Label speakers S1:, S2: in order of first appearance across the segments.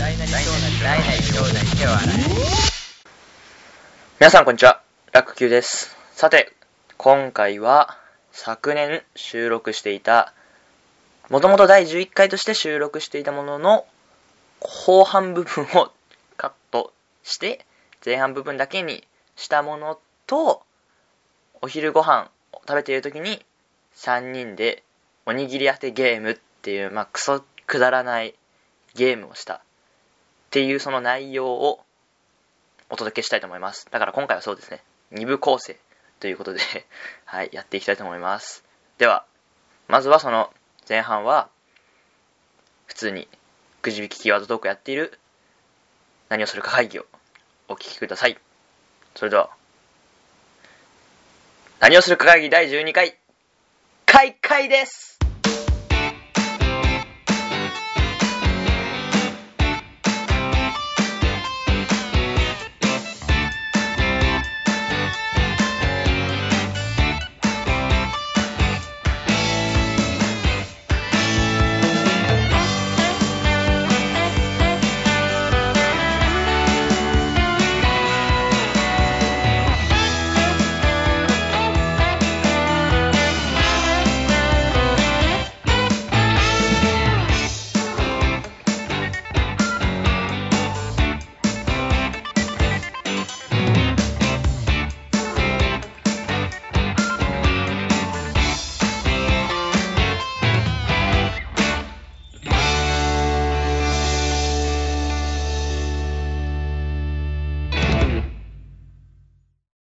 S1: 大なり小なり大なり小なり手は洗い
S2: 皆さんこんにちは、ラック Q です。さて、今回は昨年収録していた、もともと第11回として収録していたものの、後半部分をカットして、前半部分だけにしたものと、お昼ご飯を食べている時に3人でおにぎり当てゲームっていう、まあ、クソくだらないゲームをしたっていうその内容をお届けしたいと思います。だから今回はそうですね、2部構成ということで、 はい、やっていきたいと思います。では、まずはその前半は、普通にくじ引きキーワードトークやっている、何をするか会議をお聞きください。それでは、何をするか会議第12回、開会です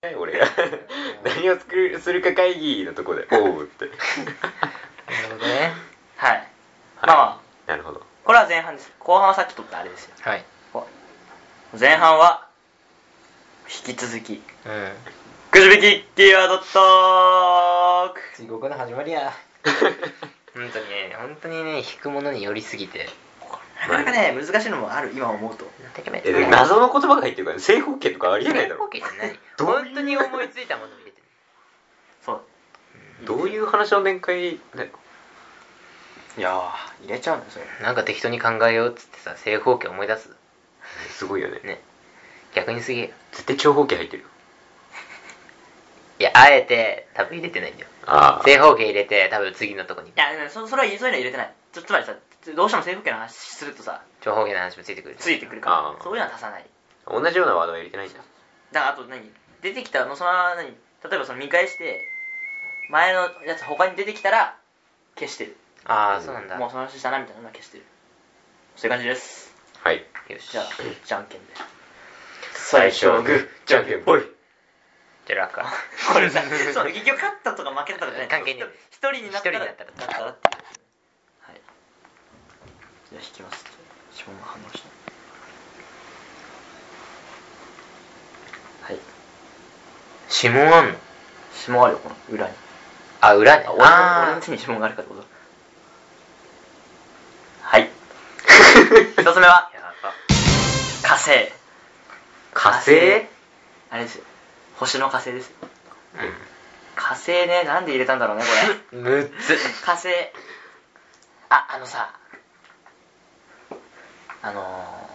S3: ない俺が何を作るするか会議のと こで「おう」って
S2: なるほどね。はい。まあまあ、
S3: なるほど
S2: これは前半です。後半はさっき撮ったあれですよ。
S1: はい
S2: 前半は、引き続き、
S1: うん
S2: くじ引きキーワードトーク
S1: 地獄の始まりや本当にね本当にね引くものによりすぎて
S2: なかなかね、難しいのもある、今思うと。
S1: なんだっけね
S3: えで謎の言葉が入ってるから正方形とかありえないだろ
S1: 正方形じゃない
S3: どういう
S1: 本当に思いついたものを入れてる
S2: そう。
S3: どういう話の展開だよ
S2: いやー、入れちゃうのそれ。
S1: なんか適当に考えようっつってさ正方形思い出す
S3: すごいよね
S1: ね逆にすげえよ
S3: 絶対長方形入ってるよ
S1: いやあえて多分入れてないんだよ
S3: あ
S1: 正方形入れて多分次のとこに
S2: いや、そそれはそういうの入れてない。つつまりさ、つどうしても正方形の話するとさ、
S1: 長方形の話もついてくる
S2: ついてくる
S3: あ
S2: から、
S3: ー
S2: そういうのは足さない。
S3: あ同じようなワードは入れてないじゃん
S2: だからあと何出てきたのその何例えばその見返して前のやつ他に出てきたら消してる
S1: ああそうなんだ
S2: もうその話したなみたいなのは消してるそういう感じです
S3: はい
S1: よし
S2: じゃあじゃんけんで
S3: 最初はグーじゃんけんぽい
S1: じゃあラッカー
S2: これさそう結局勝ったとか負けたとかじゃない
S1: 関係ねえ
S2: 一人になったら
S1: 一人になったら
S2: なったらっていうはいじゃあ引きますションが反応したはい
S1: 指紋あんの
S2: 指紋あるよこの裏に
S1: あ裏ね
S2: あ俺の俺の手に指紋があるからってことはい一つ目は
S1: やば
S2: 火星
S3: 火星うん
S2: あれですよ星の火星ですよ火星ねなんで入れたんだろうねこ れ
S1: むっつ
S2: 火星ああのさあの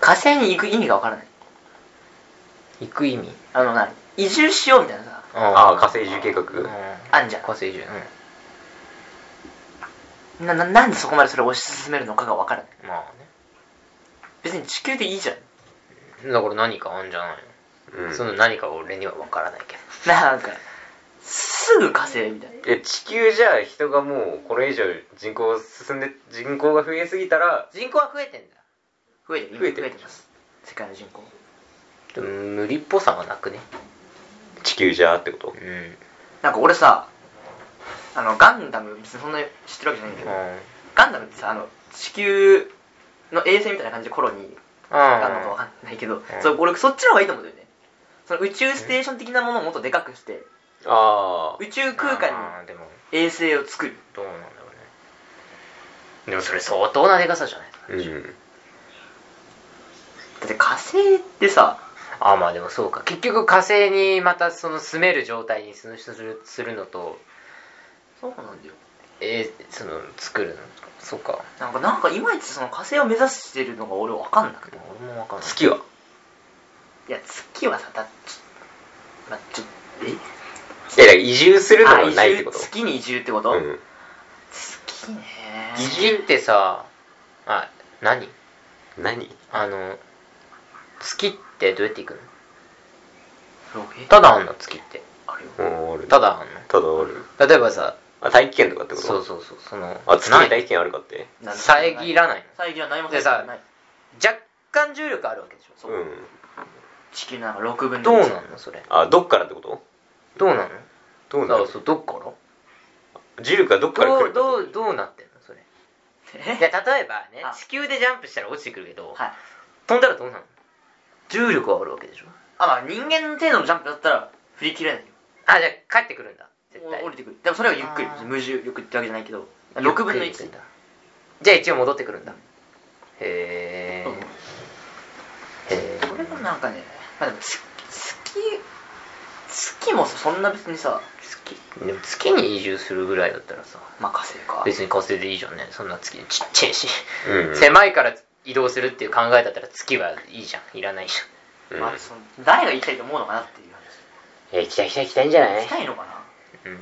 S2: ー、火星に行く意味がわからない
S1: 行く意味
S2: あのな移住しようみたいなさ
S3: ああ火星移住計画
S1: うん
S2: あんじゃん
S1: 火星移住
S2: なななんでそこまでそれを推し進めるのかがわからない
S1: うんまあね
S2: 別に地球でいいじゃん
S1: だから何かあんじゃないの
S3: うん
S1: その何か俺には分からないけ
S2: なんかすぐ火星みたいな
S3: え地球じゃあ人がもうこれ以上人口進んで人口が増えすぎたら
S1: ど人口は増えてんだ
S2: 増えてる
S3: 増えてる
S2: 増えてます世界の人口
S1: でも無理っぽさがなくね
S3: 地球じゃあってこと
S1: うんうん
S2: なんか俺さあのガンダム別にそんな知ってるわけじゃないんだけど、ガンダムってさあの地球の衛星みたいな感じでコロニーがあるのかわかんないけど、
S1: ん
S2: そう俺そっちの方がいいと思うんだよねその宇宙ステーション的なものをもっとでかくして
S3: ああ
S2: 宇宙空間に
S1: あーでも
S2: 衛星を作る
S1: どうなんだろうねでもそれ相当なでかさじゃない
S3: うん
S2: だって火星ってさ
S1: ああまあでもそうか結局火星にまたその住める状態にするするするのと
S2: そうなんだよ
S1: えー、その作るのそうか
S2: なんかなんかいまいちその火星を目指してるのが俺分かんなくて
S1: 俺も分かんない
S3: 月はい
S2: や月はさだちょ,、まあ、ちょえ
S3: いやだから移住するのがないってこと
S2: あ移住月に移住ってこと、
S3: うん
S2: 月ね
S1: 移住ってさあ何
S3: 何
S1: あの月ってどうやって行くの
S2: え
S1: ただあんの月って
S2: あれよ
S3: おる
S1: ただあん
S3: ただおる
S1: の例えばさ
S3: あ大気圏とかってこと
S1: そうそうそうその
S3: あ月
S1: な
S3: に
S1: い
S3: 大気圏あるかって
S2: なんで
S1: 遮らない
S2: 遮らないもん
S1: でさ
S2: ない
S1: 若干重力あるわけでしょ
S2: そううん地球なんか6分の
S1: どう
S2: 1
S1: なのそれ
S3: あどっからってこと
S1: どうなの
S3: どうな
S1: だか
S3: る
S1: らそうどっから
S3: 重力がどっから来
S1: ど
S3: る
S1: う
S3: か
S1: どうどうなってんのそれ
S2: え
S1: じゃあ例えばね
S2: あ
S1: 地球でジャンプしたら落ちてくるけど、
S2: はい
S1: 飛んだらどうなの重力はあるわけでしょ
S2: あまあ人間程度のジャンプだったら振り切れないよ
S1: あじゃあ帰ってくるんだ絶対
S2: お降りてくるでもそれはゆっくり
S1: あー
S2: 無重力ってわけじゃないけど
S1: ゆっ
S2: 6
S1: く
S2: 分の
S1: り行く
S2: 1
S1: んだじゃあ一応戻ってくるんだへ
S2: うん
S1: えへ
S2: これもなんかね、まあ、でも月月月もさそんな別にさ、
S1: えでも月に移住するぐらいだったらさ
S2: まあ、火星か
S1: 別に火星でいいじゃんねそんな月ちっちゃいし、
S3: うん
S1: 狭いから移動するっていう考えだったら月はいいじゃんいらないじ
S3: うん
S2: まあ、その誰が行きたいと思うのかなっていう話
S1: ゃんえ行きたい行きたい行きたいんじゃな
S2: 行きたいのかな
S1: うん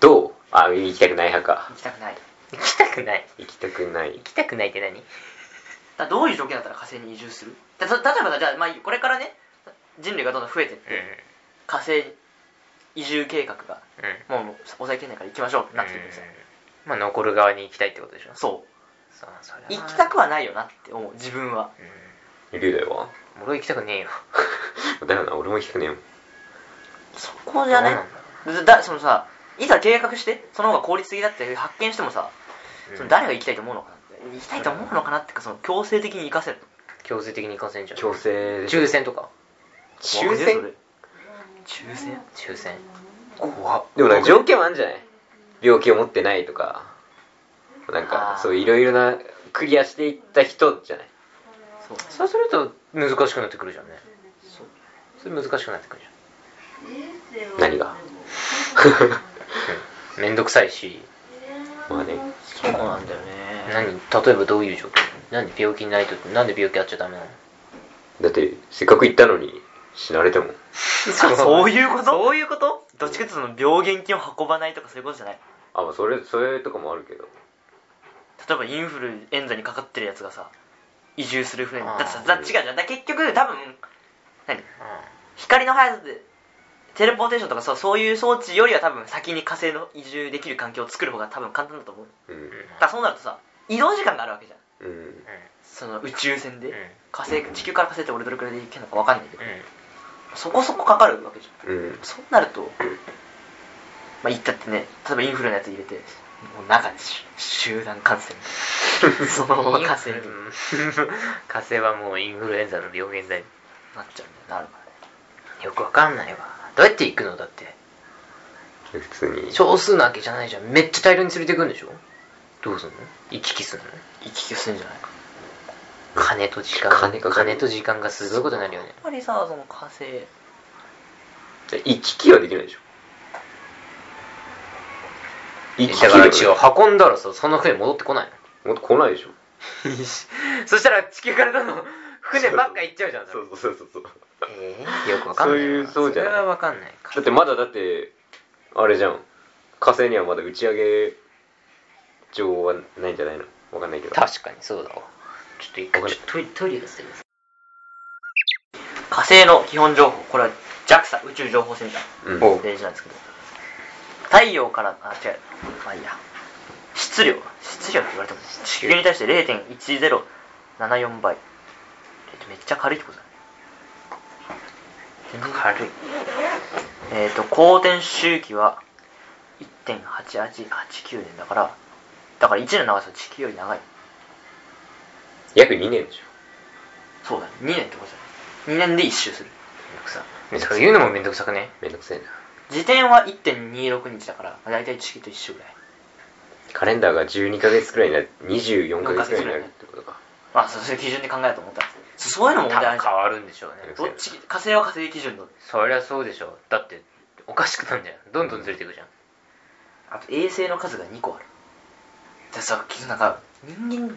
S3: どうあ行きたくない派か
S2: 行きたくないだか
S1: 行きたくない
S3: 行きたくない
S1: 行きたくないって何
S2: らどういう条件だったら火星に移住するだた例えばさじゃあ、まあ、これからね人類がどんどん増えてって、火星移住計画が
S1: うんう
S2: も
S1: ん
S2: うもう抑えきれないから行きましょうってなってくるんですよ
S1: うんまあ残る側に行きたいってことでしょ
S2: そう
S1: そうそれ
S2: 行
S1: は
S2: きたくはないよなって思う自分は
S1: う
S3: 龍だよ
S1: ん俺は行きたくねえよ
S3: だよな俺も行きたくねえもん
S2: そこじゃね
S1: どうなんだろ
S2: だだそのさいざ計画してその方が効率的だって発見してもさ
S1: うん
S2: その誰が行きたいと思うのかなって行きたいと思うのかなってかその強制的に行かせる
S1: 強制的に行かせんじゃん
S3: 強制で
S1: 抽選とか
S3: 抽
S2: わかん
S3: 選
S2: ねえそれ抽選
S1: 抽選
S3: 怖っでもなんか条件はあるんじゃない病気を持ってないとかなん
S2: あ
S3: か
S2: ー
S3: そういろいろなクリアしていった人じゃない
S2: そう
S1: そうすると難しくなってくるじゃんね
S2: そう
S1: それ難しくなってくるじ
S3: 何が
S1: ゃんめんどくさいし
S3: まあね
S2: そうなんだよね
S1: 何例えばどういう状況なんで病気になりとってなんで病気あっちゃダメなの
S3: だってせっかく行ったのに死なれても
S2: あそういうこと
S1: そういうこと
S2: どっちかっていうとその病原菌を運ばないとかそういうことじゃない
S3: あまあそれそれとかもあるけど
S2: 例えばインフルエンザにかかってるやつがさ移住する船にだ
S1: あー
S2: ってさだ違うじゃんだから結局多分何
S1: う
S2: 光の速さでテレポーテーションとかそうそういう装置よりは多分先に火星の移住できる環境を作る方が多分簡単だと思う
S3: うん
S1: ん
S2: だからそうなるとさ移動時間があるわけじゃん
S3: うん
S2: その宇宙船で、
S1: うん
S2: 火星地球から火星って俺どれくらいで行けるのか分かんないけど、
S1: うん
S2: そこそこかかるわけじゃ
S3: うん
S2: んそうなると、まあ、行ったってね例えばインフルのやつ入れてもう中でし集団感染 そのまま火星に
S1: うん火星はもうインフルエンザの病原剤
S2: なっちゃうんだよなるからね
S1: よくわかんないわどうやって行くのだって
S3: 普通に
S1: 少数なわけじゃないじゃんめっちゃ大量に連れてくんでしょどうすんの行き来すんの
S2: 行き来するんじゃない
S1: 金と時間
S3: 金かかる
S1: 金と時間がすごいことになるよね
S2: やっぱりさその火星
S3: じゃあ行き来はできないでしょ行き来
S1: だから違
S3: は
S1: う運んだらさその船戻ってこない
S3: もっと来ないでしょ
S1: のそしたら地球からどんどん船ばっか行っちゃうじゃん
S3: そうそうそうそう
S1: えーよくわかんないわ
S3: そういうそうじゃ
S1: そ
S3: ない
S1: れはわかんないか
S3: だってまだだってあれじゃん火星にはまだ打ち上げ場はないんじゃないのわかんないけど
S1: 確かにそうだわちょっと一回
S3: わか
S1: ち
S3: る
S1: ょっとトイレトイレがすいません
S2: 火星の基本情報これは JAXA 宇宙情報センター
S3: うん
S2: のページなんですけど太陽からあ違うまあいいや質量質量って言われても地球に対して0.1074倍えっとめっちゃ軽いってことだね
S1: 軽い
S2: えっ、と公転周期は1.8889年だからだから1年の長さは地球より長い
S3: 約2年でし
S2: そうだね2年ってことだね2年で一周する
S1: めんどくさそういうのもめんどくさくね
S3: ょめんどくせえな
S2: 自転は1.26日だからまあ大体地球と一周ぐらい
S3: カレンダーが12ヶ月くらいになる24ヶ月くらいになるってことか
S2: まあそうそういう基準で考えたと思ったんですそういうのも問題ある
S1: 変
S2: じゃん
S1: わるんでしょうね
S2: どっち火星は火星基準の
S1: そりゃそうでしょだっておかしくなんじゃんどんどんずれていくじゃん、
S2: あと衛星の数が2個あるでさ昨日なんか人間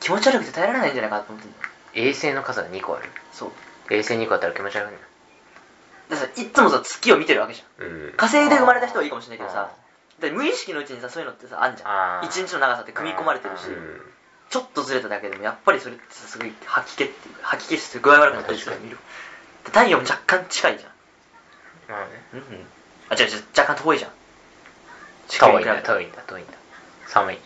S2: 気持ち悪くて耐えられないんじゃないかなと思ってんだよ
S1: 衛星の数が2個ある
S2: そう
S1: 衛星2個あったら気持ち悪いな
S2: だからさいつもさ月を見てるわけじゃん
S3: うん
S2: 火星で生まれた人はいいかもしれないけどさ
S1: あ
S2: だから無意識のうちにさそういうのってさあんじゃ
S1: あ
S2: ん
S1: ー
S2: 一日の長さって組み込まれてるし
S1: う
S2: ちょっとずれただけでもやっぱりそれってさすごい吐き気っていうか吐き気して具合悪くなったりするの見るで太陽も若干近いじゃん
S1: まあね
S2: うんうんあ違う違う若干遠いじゃん
S1: 遠い
S2: 近く
S1: んだ
S2: に比べて
S1: 遠いんだ遠いんだ寒いじ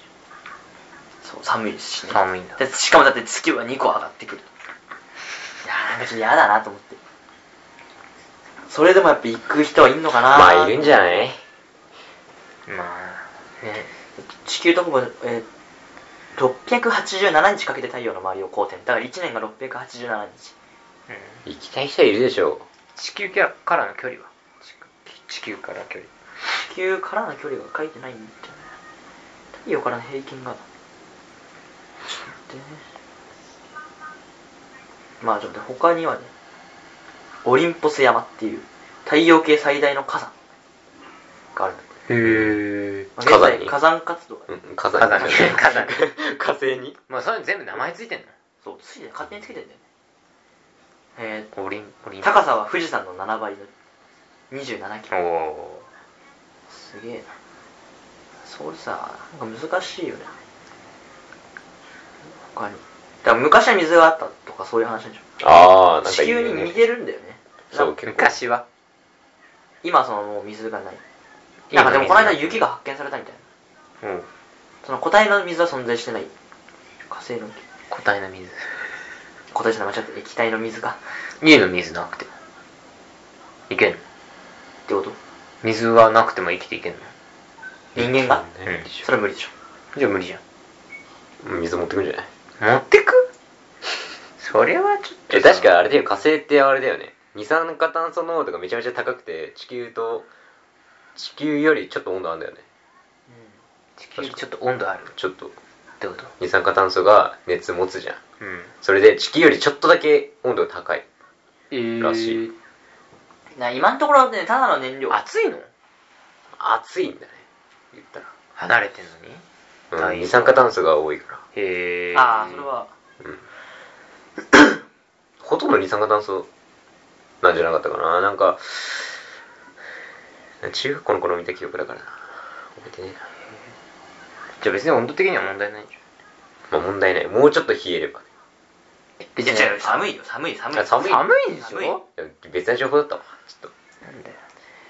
S2: そう寒いし
S1: ゃ
S2: ね
S1: ん寒いんだ
S2: でしかもだって月は2個上がってくるいやーなんかちょっと嫌だなと思ってそれでもやっぱ行く人はいんのかな
S3: まあいるんじゃない
S1: まあね
S2: 地球とほぼ、えー、687日かけて太陽の周りを公転だから1年が687日
S1: うん
S3: 行きたい人いるでしょ
S1: 地球からの距離は地球から距離
S2: 地球からの距離が書いてないんじゃない太陽からの平均がちょっと待ってねまあちょっと待って他にはねオリンポス山っていう太陽系最大の火山があるんだって
S1: へえ
S2: まあ現在
S3: 火山に
S2: 火山活動が、
S3: うん火
S1: 火
S3: 山
S1: 山火山
S3: 火星に
S1: まあそれ全部名前ついてん
S2: そうついて勝手につけてんだよねえ
S1: のオリンオリ
S2: ー
S1: ン
S2: 高さは富士山の7倍の27キ
S1: お
S2: ロ
S1: お
S2: すげえなそれさなんか難しいよね他にだから昔は水があったとかそういう話でしょ
S3: ああなんか
S2: 地
S3: いる
S2: 球
S3: よ
S2: に
S3: ね
S2: 似てるんだよねな
S3: そう結構
S1: 昔は
S2: 今はそのもう水がないなんかでもこの間雪が発見されたみたいな
S1: うん
S2: その個体の水は存在してない火星の
S1: 個体の水
S2: 個体じゃない間違って液体の水がっ
S1: 家の水なくていけんの
S2: てこと
S1: 水はなくても生きていけんの
S2: 人間が
S3: うんないでし
S2: それは無理でしょ
S1: じゃあ無理じゃん
S3: ょ水持ってくんじゃない
S1: 持ってくそれはちょっと
S3: え確かあれだよ火星ってあれだよね二酸化炭素濃度がめちゃめちゃ高くて地球と地球よりちょっと温度あるんだよね
S1: 地球よりちょっと温度ある
S3: ちょっと
S1: ってこと
S3: 二酸化炭素が熱持つじゃん
S1: うん
S3: それで地球よりちょっとだけ温度が高い
S1: えー
S3: らしい
S2: な今のところはねただの燃料
S1: 暑いの
S3: 暑いんだね言った
S1: 離れてんのに
S3: ら、
S1: は
S3: うん、
S1: い
S3: 二酸化炭素が多いか
S1: へえ
S2: ああそれは
S3: らうんほとんど二酸化炭素なんじゃなかったかななんか中学校の頃見た記憶だからな覚えてねえな
S1: じゃあ別に温度的には問題ないじ
S3: まあ問題ないもうちょっと冷えればね
S1: ゃん
S2: いや違う寒いよ寒い寒い
S3: あ寒い
S1: 寒いんでし
S2: 寒い
S1: ょ
S3: いや別な情報だったわちょっ
S1: なんだよ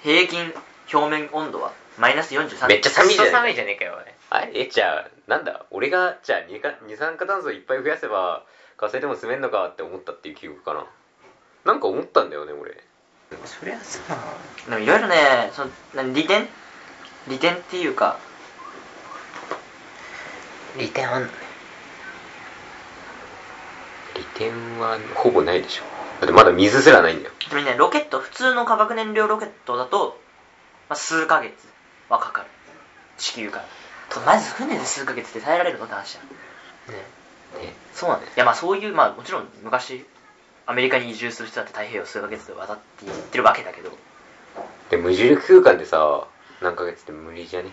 S2: 平均表面温度はマイナス43度
S3: めっちゃ寒いじゃ
S1: ク
S3: ねえ
S1: ソ寒いじゃねえかよおい
S3: とあれえじゃあなんだ俺がじゃあ二か二酸化炭素いっぱい増やせば火星でも住めんのかって思ったっていう記憶かななんか思ったんだよね俺
S1: そりゃさ
S2: でもいわゆるねその何利点利点っていうか
S1: 利点あんのね
S3: 利点はほぼないでしょだってまだ水すらないんだよ
S2: ちなみにねロケット普通の化学燃料ロケットだと、まあ、数ヶ月はかかる地球からとまず船で数ヶ月って耐えられるのって話だ
S3: ね
S2: そうなんですいやまあそういうまあもちろん昔アメリカに移住する人だって太平洋数ヶ月で渡っていってるわけだけど
S3: で無重力空間でさ何ヶ月って無理じゃね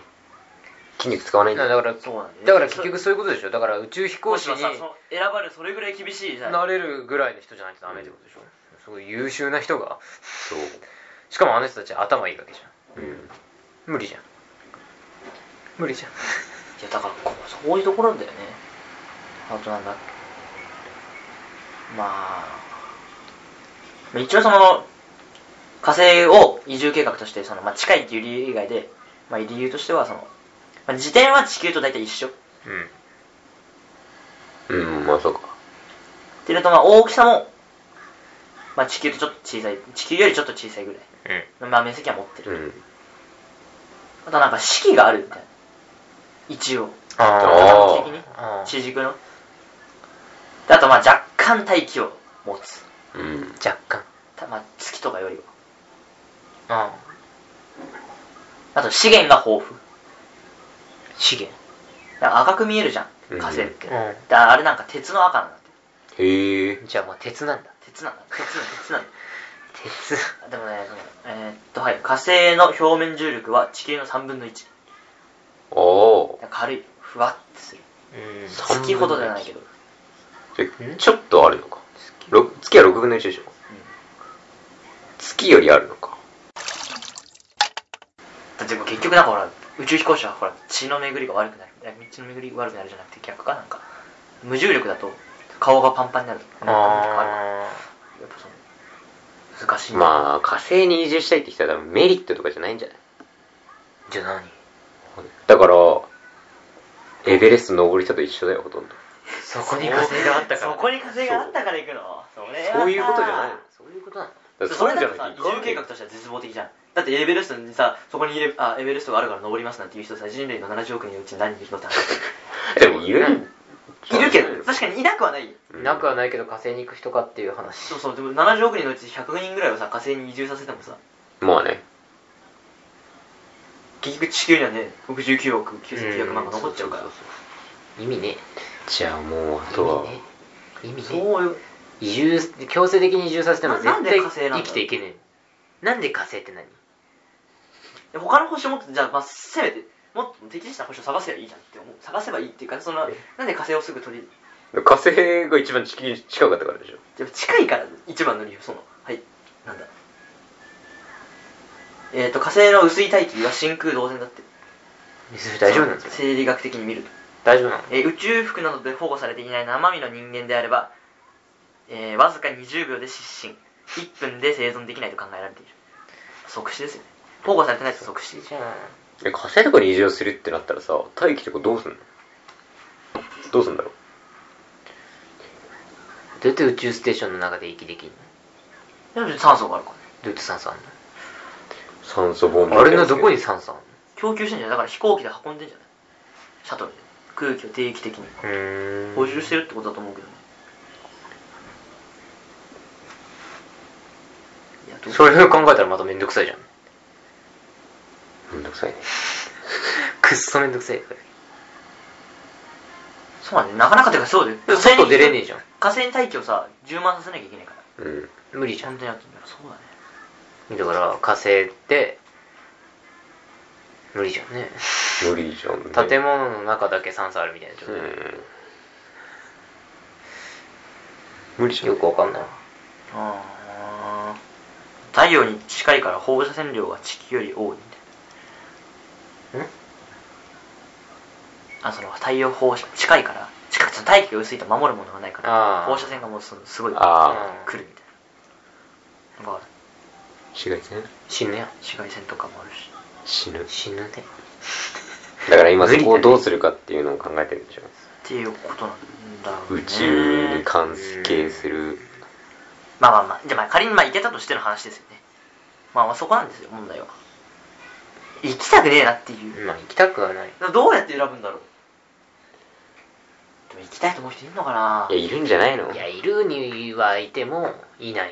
S3: 筋肉使わないんだ
S1: だ
S3: よ
S1: から
S2: そうなんだよね
S1: だから結局そういうことでしょだから宇宙飛行士に
S2: もしもさその選ばれるそれぐらい厳しいじゃん
S1: なれるぐらいの人じゃないとダメってことでしょすごい優秀な人が
S3: そう
S1: しかもあの人たち頭いいわけじゃん
S3: うん
S1: 無理じゃん無理じゃん
S2: いやだからこそういうところだよねあとなんだまあ一応その火星を移住計画としてその、まあ、近いっていう理由以外で、まあ、理由としてはその、まあ、時点は地球と大体一緒っ
S1: うん
S3: うんまあそうか
S2: ていうのとまあ大きさも、まあ、地球とちょっと小さい地球よりちょっと小さいぐらい
S1: うん
S2: まあ面積は持ってる、
S3: うん
S2: あとなんか四季があるみたいな一応
S3: あー
S2: 的に
S1: あー
S2: 地軸のであとまあ若干大気を持つ
S3: うん
S1: 若干
S2: たまあ、月とかよりは
S1: あ
S2: あと資源が豊富
S1: あ資源
S2: なんか赤く見えるじゃ
S3: うん
S2: ん火星って、
S1: うん
S2: だあれなんか鉄の赤なんだって
S3: へえ
S1: じゃあまあ鉄なんだ
S2: 鉄なんだ鉄なんだ鉄なんだ
S1: 鉄
S2: でもねそのえーっとはい火星の表面重力は地球の3分の1
S3: おお
S2: 軽いふわってする
S1: うん
S2: 好きほどじゃないけど
S3: ー
S1: ん
S3: でちょっとあるのかろ月は6分の1でしょ、月よりあるのか
S2: だってもう結局なんかほら宇宙飛行士はほら血の巡りが悪くなるいや道の巡り悪くなるじゃなくて逆かなんか無重力だと顔がパンパンになるとかや
S1: あ
S2: っぱその難しいあ
S3: まあ火星に移住したいって人は多分メリットとかじゃないんじゃない
S1: ーじゃあ
S3: だからエベレスト登り人と一緒だよほとんど
S1: 何そこに火星があったから
S2: そこに火星があったから行くのそれはさ
S3: そういうことじゃないの
S1: そういうことなの
S3: だから
S2: それ
S3: うじ
S2: だ
S3: ゃ
S2: と
S3: な
S2: さ
S3: い
S2: 移住計画としては絶望的じゃんだってエベレストにさそこにいれあエベレストがあるから登りますなんていう人さ人類の70億人のうちに何人いるのって話
S3: でもいる
S2: いるけど確かにいなくはないよ
S3: うん
S1: いなくはないけど火星に行く人かっていう話
S2: そうそうでも70億人のうち100人ぐらいをさ火星に移住させてもさ
S3: まあね
S2: 結局地球にはね69億9900万が残っちゃうから
S1: ん意味ね
S3: じゃあもうあ
S1: え
S3: とは
S1: 意味ね
S2: そう
S1: 意
S2: い
S1: 味ね
S2: う
S1: 移住強制的に移住させても
S2: な
S1: 絶
S2: なんで
S1: 対
S2: 火星なんだ
S1: 生きていけねえなんで火星って何
S2: 他の星もっとじゃあ、まあ、せめてもっと適した星を探せばいいじゃんって思う探せばいいっていうかそのなんで火星をすぐ取り
S3: 火星が一番地球に近かったからでしょ
S2: でも近いから一番の理由そのはいなんだえっ、と火星の薄い大気は真空同然だって
S1: 水大丈夫なんですか
S2: 生理学的に見ると、
S1: 大丈夫なの
S2: えー宇宙服などで保護されていない生身の人間であれば、えーわずか20秒で失神1分で生存できないと考えられている即死ですよね保護されてないと即死
S1: じゃあ
S3: え火星とかに移住するってなったらさ大気とかどうすんのどうすんだろ
S1: どうやって宇宙ステーションの中で息できんの
S2: でも酸素があるからね
S1: どうやって酸素あん
S3: う酸素ボンベ
S1: のあれのどこに酸素あんの
S2: 供給してんじゃないだから飛行機で運んでんじゃないシャトルで空気を定期的に
S1: うん
S2: 補充してるってことだと思うけどねいやどう
S1: それを考えたらまためんどくさいじゃん
S3: めんどくさいね
S1: くっそめんどくさいこ
S2: そうなんだよなかなかてかそうだよ
S1: れ外出れねえじゃん
S2: 火星に大気をさ充満させなきゃいけないから
S3: うん
S1: 無理じゃん
S2: 本当にやってんだからそうだね
S1: だから火星って無理じゃんね
S3: 無理じゃん、ね、
S1: 建物の中だけ酸素あるみたいな状態、
S3: うん無理じゃん
S1: よくわかんない
S2: あー太陽に近いから放射線量が地球より多いみたい
S1: ん
S2: なあその太陽放射近いから近くて大気が薄いと守るものがないから
S1: あー
S2: 放射線がもうそのすごい来るみ
S3: あ
S1: ー
S2: たいなのがある
S3: 紫外線
S1: 死ぬやん
S2: 紫外線とかもあるし
S3: 死ぬ
S1: 死ぬね
S3: だから今
S1: 無理
S3: そ
S1: だね
S3: こをどうするかっていうのを考えてるんでしょ
S2: っていうことなんだろうね
S3: 宇宙に関係する
S2: まあまあまあ、じゃあまあ仮にまあ行けたとしての話ですよね。まあまあそこなんですよ、問題は。行きたくねえなっていう。
S1: まあ行きたくはない
S2: どうやって選ぶんだろうでも行きたいと思う人いるのかない
S3: やいるんじゃないの
S1: いやいるにはいてもいない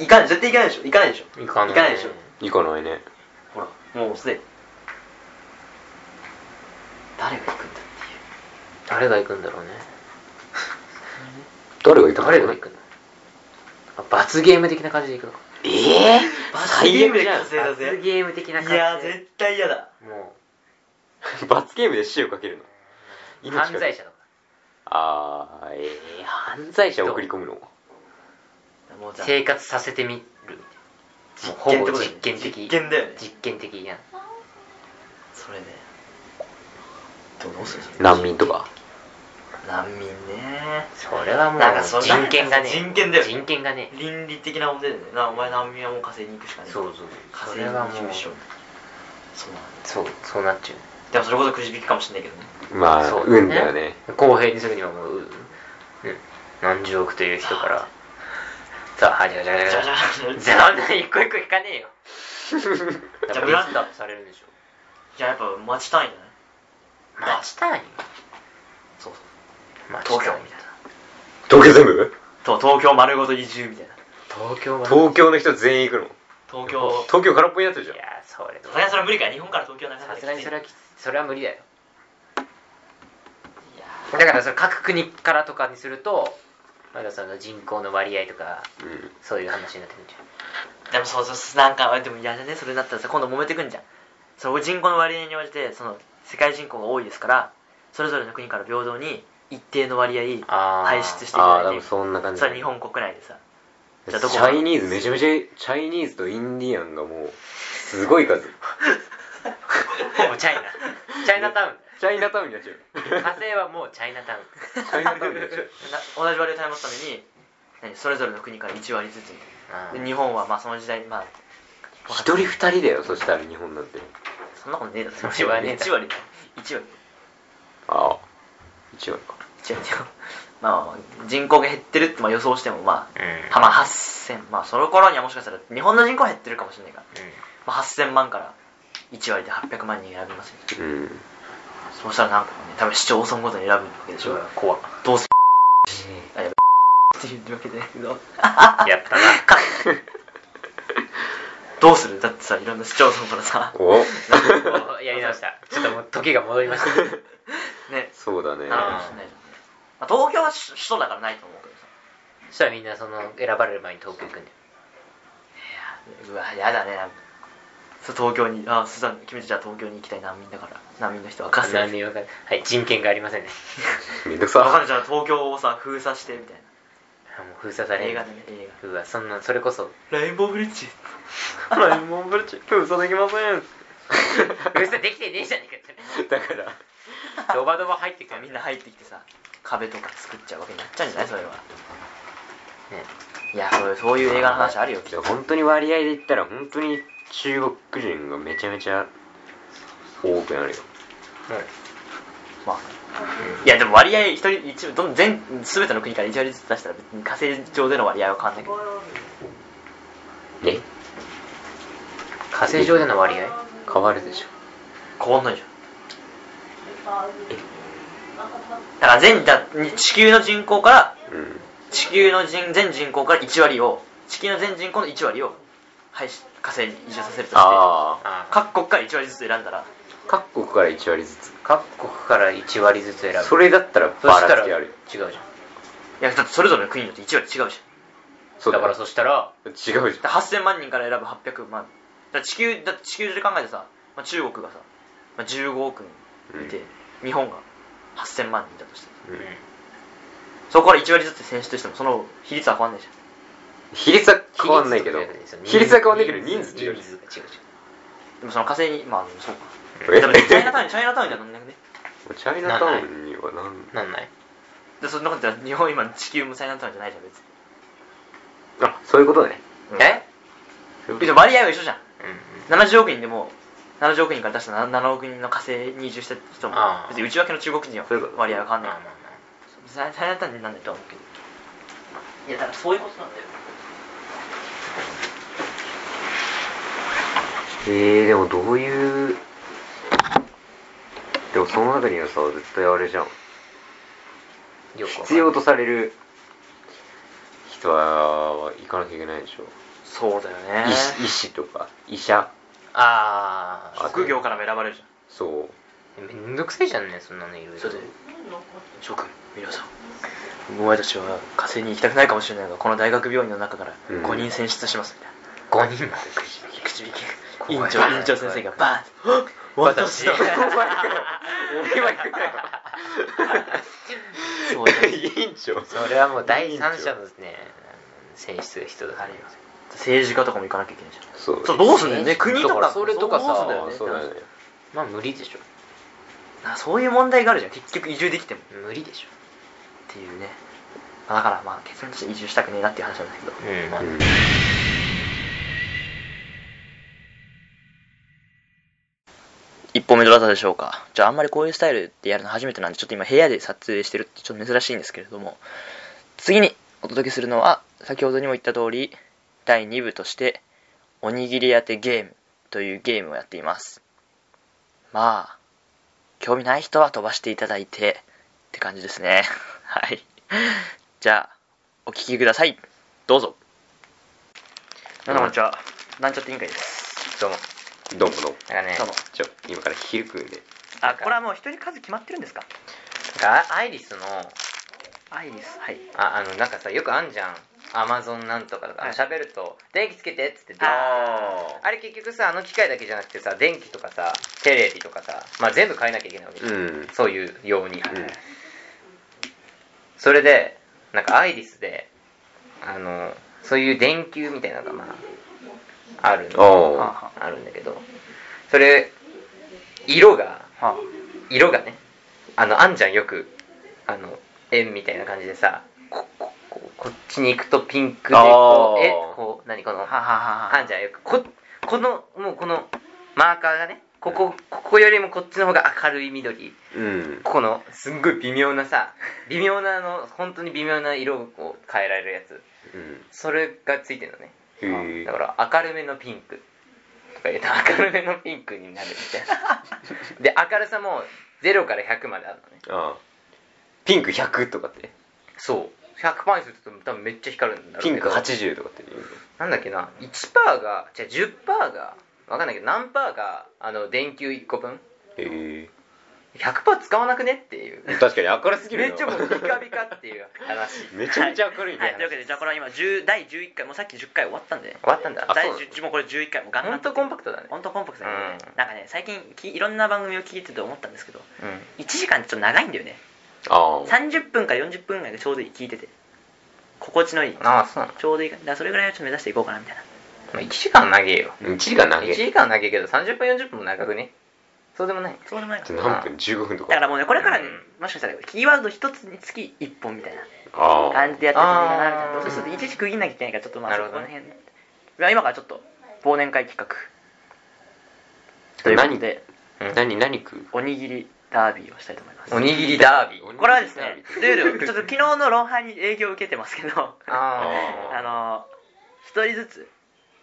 S2: 行かない、絶対行かないでしょ。行かないでしょ。
S1: 行かない
S2: 行かないでしょ
S3: 行かないね
S2: ほら、もうすでに。誰が行くんだっていう。
S1: 誰が行くんだろうね
S3: 誰が行く
S1: 誰が行くのあ罰ゲーム的な感じで行くのか
S3: ええ
S2: 罰ゲームで
S3: 最悪
S2: 稼いだ
S1: 罰
S2: ぜ。
S1: ゲーム的な感じ
S2: いやー、絶対嫌だ。
S1: も
S3: 罰ゲームで死をかけるの
S1: う
S3: 命かけ
S1: 犯罪者とか
S3: ああええ犯罪者を送り込むの
S2: もうじゃあ、
S1: 生活させてみるみたいなもうほ
S2: 験って
S1: ぼ
S2: ことだよ
S1: 実
S2: ね
S1: 験的
S2: 実験だよね
S1: 実験的やん
S2: それね。どうする
S3: 難民とか
S2: 難民ね
S1: それはもう
S2: なんかそれ
S1: 人権がね
S2: 人権だよ
S1: 人権がね
S2: 倫理的な問題だよねなお前難民はもう火星に行くしかねえ
S1: そうそう
S2: 火
S1: そ
S2: 星に
S1: れはもう
S2: 移住しようそうなんだ
S1: そうそうなっちゃう
S2: でもそれこそくじ引きかもしれないけどね
S3: まあ
S1: そう
S3: 運だよね
S1: 公平にするにはもう、うん、何十億という人からさあはいじゃじゃじゃじゃじゃじゃあそんな一個一個聞かねえよ
S2: じゃあブランダー
S1: されるでしょ
S2: じゃあやっぱ待ちたいんじゃない
S1: 町単位
S2: そうそう
S1: 町
S2: 東京
S1: 単位
S2: みたいな
S3: 東京全部
S2: と東京丸ごと移住みたいな
S1: 東京は
S3: 東京の人全員行くの
S2: 東京
S3: 東京空っぽになってるじゃ
S1: い
S3: ん
S1: やそれ
S2: さすがにそれは無理か日本から東京なんか
S1: さすがにそれはきついそれは無理だよ
S2: いや
S1: だからそれ各国からとかにするとまだその人口の割合とか
S3: うん
S1: そういう話になってくるじゃ
S2: ーでもそうそうなんかでも嫌だねそれだったらさ今度揉めてくんじゃんその人口の割合に応じてその世界人口が多いですからそれぞれの国から平等に一定の割合
S1: あー
S2: 排出してい
S3: あ
S2: た
S3: あ
S2: だ
S3: 多
S2: い
S3: 分
S2: て
S3: そんな感じ
S2: それは日本国内でさ
S3: チ
S2: じゃあどこ
S3: ャイニーズめちゃめちゃチャイニーズとインディアンがもうすごい数
S1: ほぼチャイナチャイナタウン
S3: チャイナタウンになっちゃう
S1: 火星はもうチャイナタウン
S3: チャイナタウンになっちゃう
S2: な同じ割合を保つために何それぞれの国から1割ずつみ
S1: あ
S2: たいなで
S1: ー
S2: 日本はまあその時代まあ
S3: 一人二人だよそしたら日本なんて
S2: そんなことねえだろ
S1: それはねえだ
S2: 1割だよ1割
S3: ああ一割か
S2: 1割だよまあまあまあ人口が減ってるってまあ予想してもまあ、
S1: うん
S2: まあ8000まあその頃にはもしかしたら日本の人口は減ってるかもしれないから、
S1: う
S2: まあ、8000万から1割で800万人選びますよ
S3: うん
S2: そうしたら何個もね多分市町村ごとに選ぶわけでしょ
S1: ん怖っ
S2: どうせあやべって言うわけじゃないけど
S1: やったな
S2: どうするだってさいろんな市町村から さ
S3: お
S1: お やり直したちょっともう時が戻りま した
S2: ね
S3: そうだね
S2: なるかもしれないじゃんねまあ東京は首首都だからないと思うけどさ
S1: そしたらみんなその選ばれる前に東京行くんだよ
S2: うわやだねなんかそう東京にあスザン君たちじゃあ東京に行きたい難民だから難民の人はかす
S1: 何にもわかんないはい人権がありませんね
S3: めんどく
S2: わ かんな
S3: さ
S2: いじゃあ東京をさ封鎖してみたい
S1: もう封鎖さ
S2: な
S1: れる
S2: 映画でね映
S1: うわそんなそれこ そ
S2: 画レインボーブリッジ
S3: ライモンブルチ封鎖できません
S1: 封鎖できてねえじゃねえかっ
S3: だから
S1: てドバドバ入ってくる
S2: みんな入ってきてさ壁とか作っちゃうわけになっちゃうんじゃないそれは
S1: ね
S2: いやそういうそういう映画の話あるよきっ
S3: じ
S2: と
S3: ゃあ本当に割合で言ったら本当に中国人がめちゃめちゃ多くなるよ
S2: まあいやでも割合一人一部どん全全ての国から1割ずつ出したら別に火星上での割合は変わんないけど
S3: え
S1: 火星上での割合
S3: 変わるでしょ
S2: 変わんないじゃんだから全だ地球の人口から
S3: うん
S2: 地球の人全人口から1割を地球の全人口の1割を廃止火星に移住させるとして
S3: ああ
S1: ああ
S2: 各国から1割ずつ選んだら
S3: 各国から1割ずつ
S1: 各国から1割ずつ選ぶ
S3: それだったら
S1: そ
S3: バ
S1: した
S3: ラ
S1: ら
S3: つきあ
S1: 違
S3: るよ
S1: うじゃ
S2: い
S1: ん
S2: やだってそれぞれの国によって1割違うじ
S3: そう
S1: だ
S3: だ
S1: か
S3: から
S1: そしたら
S3: ら違うじ
S2: ゃんだから8000万人から選ぶ800万だから地球だって地球上で考えてさ、まあ、中国がさ、まあ、15億人いて、日本が8000万人いたとして
S3: ゃん、うん
S2: そこから1割ずつ選出してもその比率は変わんないじゃん
S3: 比率は変わんないけど比率は変わんないけど人数違う
S1: 人数が違う
S2: でもその火星にまあでもそうか
S3: え
S2: でもチャイナタウンチャイナタウンじゃなんなくね
S3: チャイナタウンにはなん
S1: 違うなんない
S2: でそんなこと言ったら日本今地球もチャイナタウンじゃないじゃん別に
S3: あそういうことね
S1: え
S2: 別に割合は一緒じゃん
S1: うん
S2: 70億人でも70億人から出した 7, 7億人の火星に移住した人も
S1: あー
S2: 別に内訳の中国人は
S3: そういうこと
S2: 割合は変わんない
S1: まあまあ
S2: から
S1: まあ
S2: 別に最大単になんないとは思うけどいやだからそういうことなんだよ
S3: えー、でもどういうでもその中にはさ絶対あれじゃん
S1: よくわかんない
S3: 必要とされる人は行かなきゃいけないでしょ、
S2: そうだよ
S3: 医
S2: ね
S3: 師医師とか医者
S1: ああ
S2: 職業からも選ばれるじゃ
S3: そう
S1: めんどくさいじゃんねそんなのいろい
S2: ん
S1: ろ
S2: それで諸君皆さんお前たちは火星に行きたくないかもしれないがこの大学病院の中から
S3: うん
S2: 5人選出しますみたいな、
S1: 5人も
S2: 口引き
S1: 怖
S2: 院
S1: い
S2: 長院長先生がバーン
S1: 私
S2: だ
S3: 俺は行く
S2: そう だね
S3: 委員長
S1: それはもう第三者のですね選出が人だ
S2: あるよ政治家とかも行かなきゃいけないじゃん
S3: そう
S2: そうどうすんだよね
S1: 政
S2: 国
S1: 治
S2: と
S1: だから
S2: か
S1: それとかさ
S2: どうすんだよ
S3: あ
S2: ね
S3: あそうだね
S1: まあ無理でしょ
S2: あそういう問題があるじゃん結局移住できても
S1: 無理でしょ
S2: っていうねまあだからまあ結論として移住したくねえなっていう話なんだけど
S1: うんまあ
S3: うん
S4: 一本目どうだったでしょうかじゃああんまりこういうスタイルでやるの初めてなんでちょっと今部屋で撮影してるってちょっと珍しいんですけれども次にお届けするのは先ほどにも言った通り第2部としておにぎり当てゲームというゲームをやっていますまあ興味ない人は飛ばしていただいてって感じですね はいじゃあお聞きくださいどうぞ
S2: 皆さんこんにちはなんちゃって委員会です
S3: どうもどうもどうも
S1: だからね
S2: どうも
S3: ちょ今から昼食うんで
S2: あこれはもう一人数決まってるんですか
S1: なんかアイリスの
S2: アイリスはい
S1: ああのなんかさよくあんじゃんアマゾンなんとかとか
S2: はい
S1: 喋ると「電気つけて」っつって
S2: あ
S1: あれ結局さあの機械だけじゃなくてさ電気とかさテレビとかさ、まあ、全部変えなきゃいけないわけじゃん、
S3: うん
S1: そういうように、
S3: うん
S1: それでなんかアイリスであのそういう電球みたいなのがまああるんだ
S3: おう
S1: ああるんだけどそれ色が
S2: は
S1: 色がねあのあんじゃんよくあの円みたいな感じでさここここっちに行くとピンクでこう
S3: あー
S1: えこう何この
S2: あはあはあ
S1: あんじゃんよくここのもうこのマーカーがねここここよりもこっちの方が明るい緑
S3: うん
S1: ここのすんごい微妙なさ微妙なあの本当に微妙な色を変えられるやつ
S3: うん
S1: それがついてるのね
S3: へえ
S1: だから明るめのピンクと か言うと明るめのピンクになるみたいな で明るさも0から100まであるのね
S3: ああピンク100とかって
S1: そう100パーにすると多分めっちゃ光るんだろう
S3: ピ
S1: けど
S3: ンク80とかって言う
S1: なんだっけな1パーがじゃあ10パーがわかんないけど何パーがあの電球1個分
S3: へえ
S1: 100パー使わなくねっていう
S3: 確かに明るすぎる
S1: め
S3: な
S1: っちゃもうビカビカっていう話
S3: めちゃめちゃ明るい
S2: はい、という
S3: ね
S2: わけで、じゃあこれは今、10第11回、もうさっき10回終わったんで、
S1: 終わったんだ
S3: あ
S2: 第
S3: そうなの
S2: 10もうこれ11回、もうガン
S1: ほ
S2: ガン
S1: んとコンパクトだね
S2: 本当コンパクトだよね、
S1: うん
S2: なんかね、最近き、いろんな番組を聞いてて思ったんですけど、
S1: うん
S2: 1時間ってちょっと長いんだよね、
S3: ああ
S2: 30分から40分ぐらいがちょうどいい、聞いてて、心地のいい、
S1: ああそうなの、
S2: ちょうどいい感じ、だからそれぐらいをちょっと目指していこうかなみたいな。
S1: まあ、1時間投げよ
S3: 1時間投
S1: 1
S3: げ
S1: 時間投げけど30分40分も長くねそうでもない
S2: そうでもないかな
S3: 何分15分と
S2: だか
S3: から
S2: もうね、これからね、
S1: う
S2: もしかしたら、キーワード一つにつき1本みたいな。
S3: ああ
S2: 感じでやってるといいかなみたいな
S1: あー
S2: そうすると一時区切んなきゃいけないからちょっとまあ
S1: な
S2: そ
S1: る
S2: こ
S1: ほど
S2: ら
S1: ね
S2: 辺まあ今からちょっと忘年会企画ということで
S3: 何何食う
S2: おにぎりダービーをしたいと思います
S1: おにぎりダービー
S3: おにぎり
S2: これはですね
S3: ダービー
S2: ルールをちょっと昨日の論破に影響を受けてますけど
S1: あ
S2: あの一人ずつ